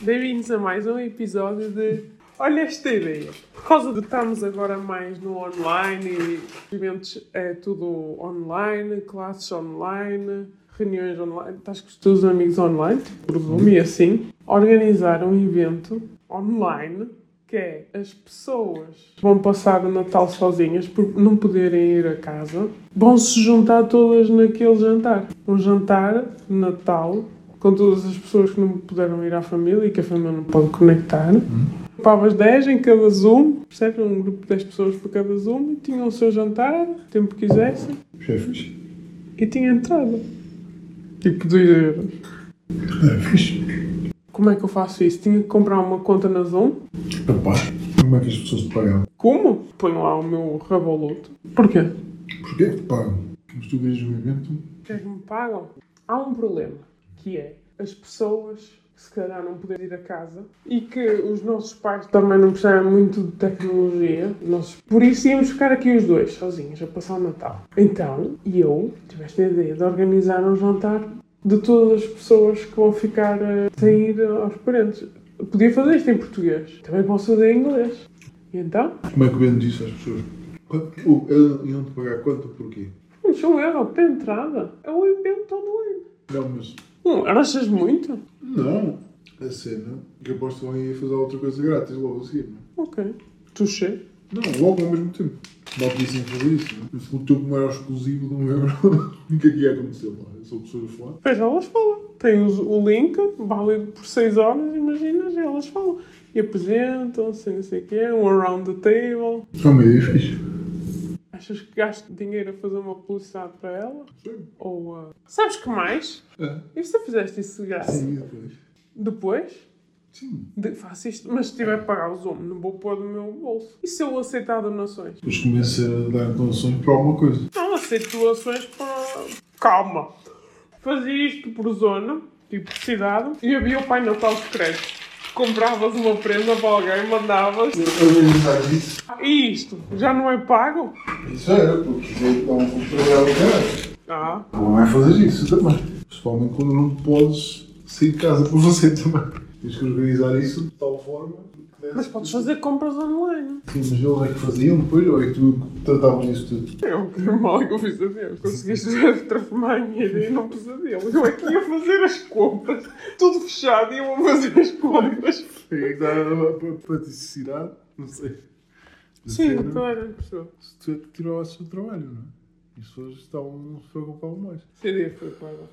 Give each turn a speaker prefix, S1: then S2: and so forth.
S1: Bem-vindos a mais um episódio de Olha esta ideia. Por causa de estamos agora mais no online e eventos é tudo online, classes online, reuniões online, estás com os teus amigos online, por Zoom e assim, organizar um evento online que é as pessoas que vão passar o Natal sozinhas por não poderem ir a casa, vão se juntar todas naquele jantar. Um jantar de Natal com todas as pessoas que não puderam ir à família e que a família não pode conectar. Pavas 10 em cada Zoom, percebe? Um grupo de 10 pessoas por cada Zoom e tinham o seu jantar, o tempo que quisessem,
S2: Já fiz.
S1: e tinha entrada. Tipo, 2 euros.
S2: Já fiz.
S1: Como é que eu faço isso? Tinha que comprar uma conta na Zoom?
S2: Rapaz, como é que as pessoas pagam?
S1: Como? Ponho lá o meu raboloto. Porquê?
S2: Porquê é que pagam? Mas tu ganhas um evento?
S1: que é que me pagam? Há um problema, que é as pessoas que se calhar não poderem ir a casa e que os nossos pais também não percebem muito de tecnologia. Nós, por isso íamos ficar aqui os dois, sozinhos, a passar o Natal. Então, eu tive esta ideia de organizar um jantar de todas as pessoas que vão ficar a sair aos parentes. Eu Podia fazer isto em português, também posso fazer em inglês. E então,
S2: Como é que vendo isso às pessoas? Quanto? Oh, eles iam te pagar quanto? Porquê?
S1: é um não sou eu, para a entrada. É um evento online.
S2: Não, mas.
S1: Hum, achas muito?
S2: Não! A cena que aposto que vão ir fazer outra coisa grátis logo a seguir, não é?
S1: Ok. Touché.
S2: Não, logo ao mesmo tempo. Mal dizem fazer isso, não é? Mas o teu como era exclusivo de um euro, nunca que ia acontecer lá. Eu sou pessoa a falar.
S1: Pois elas falam. Tem os- o link, válido por 6 horas, imaginas, e elas falam. E apresentam-se, não sei o quê, um around the table.
S2: Só meio é fixe.
S1: Achas que gasto dinheiro a fazer uma publicidade para ela?
S2: Sim.
S1: Ou ah, Sabes que mais?
S2: É.
S1: E se tu fizeste isso de graça?
S2: Sim, é e depois.
S1: Depois?
S2: Sim.
S1: De, faço isto, mas se tiver que pagar o Zoom, não vou pôr do meu bolso. E se eu aceitar donações?
S2: Depois começa a dar doações para alguma coisa.
S1: Não, aceito doações para. Então Calma! Fazia isto por zona, tipo cidade, e havia o Pai Natal secreto. Compravas uma prenda para alguém, mandavas.
S2: Organizar isso.
S1: E isto? Já não é pago?
S2: Isso é, porque quiser dar um programa caralho.
S1: Ah,
S2: Não é fazer isso também. Principalmente quando não podes sair de casa por você também. Tens que organizar isso de tal forma que desse-
S1: mas podes fazer compras online.
S2: Sim, mas eles é que faziam depois, ou é que tu tratavas isso tudo?
S1: Eu, É que mal que eu fiz a Deus. Conseguiste transformar a minha ideia num pesadelo. Eu aqui ia fazer as compras, tudo fechado, e eu a fazer as compras.
S2: É que dá praticidade, não sei.
S1: Sim, então claro, pessoa.
S2: é? Se tu é que tiravas um o seu trabalho, não é? E as pessoas estavam, se preocupavam mais.
S1: Seria foi pago.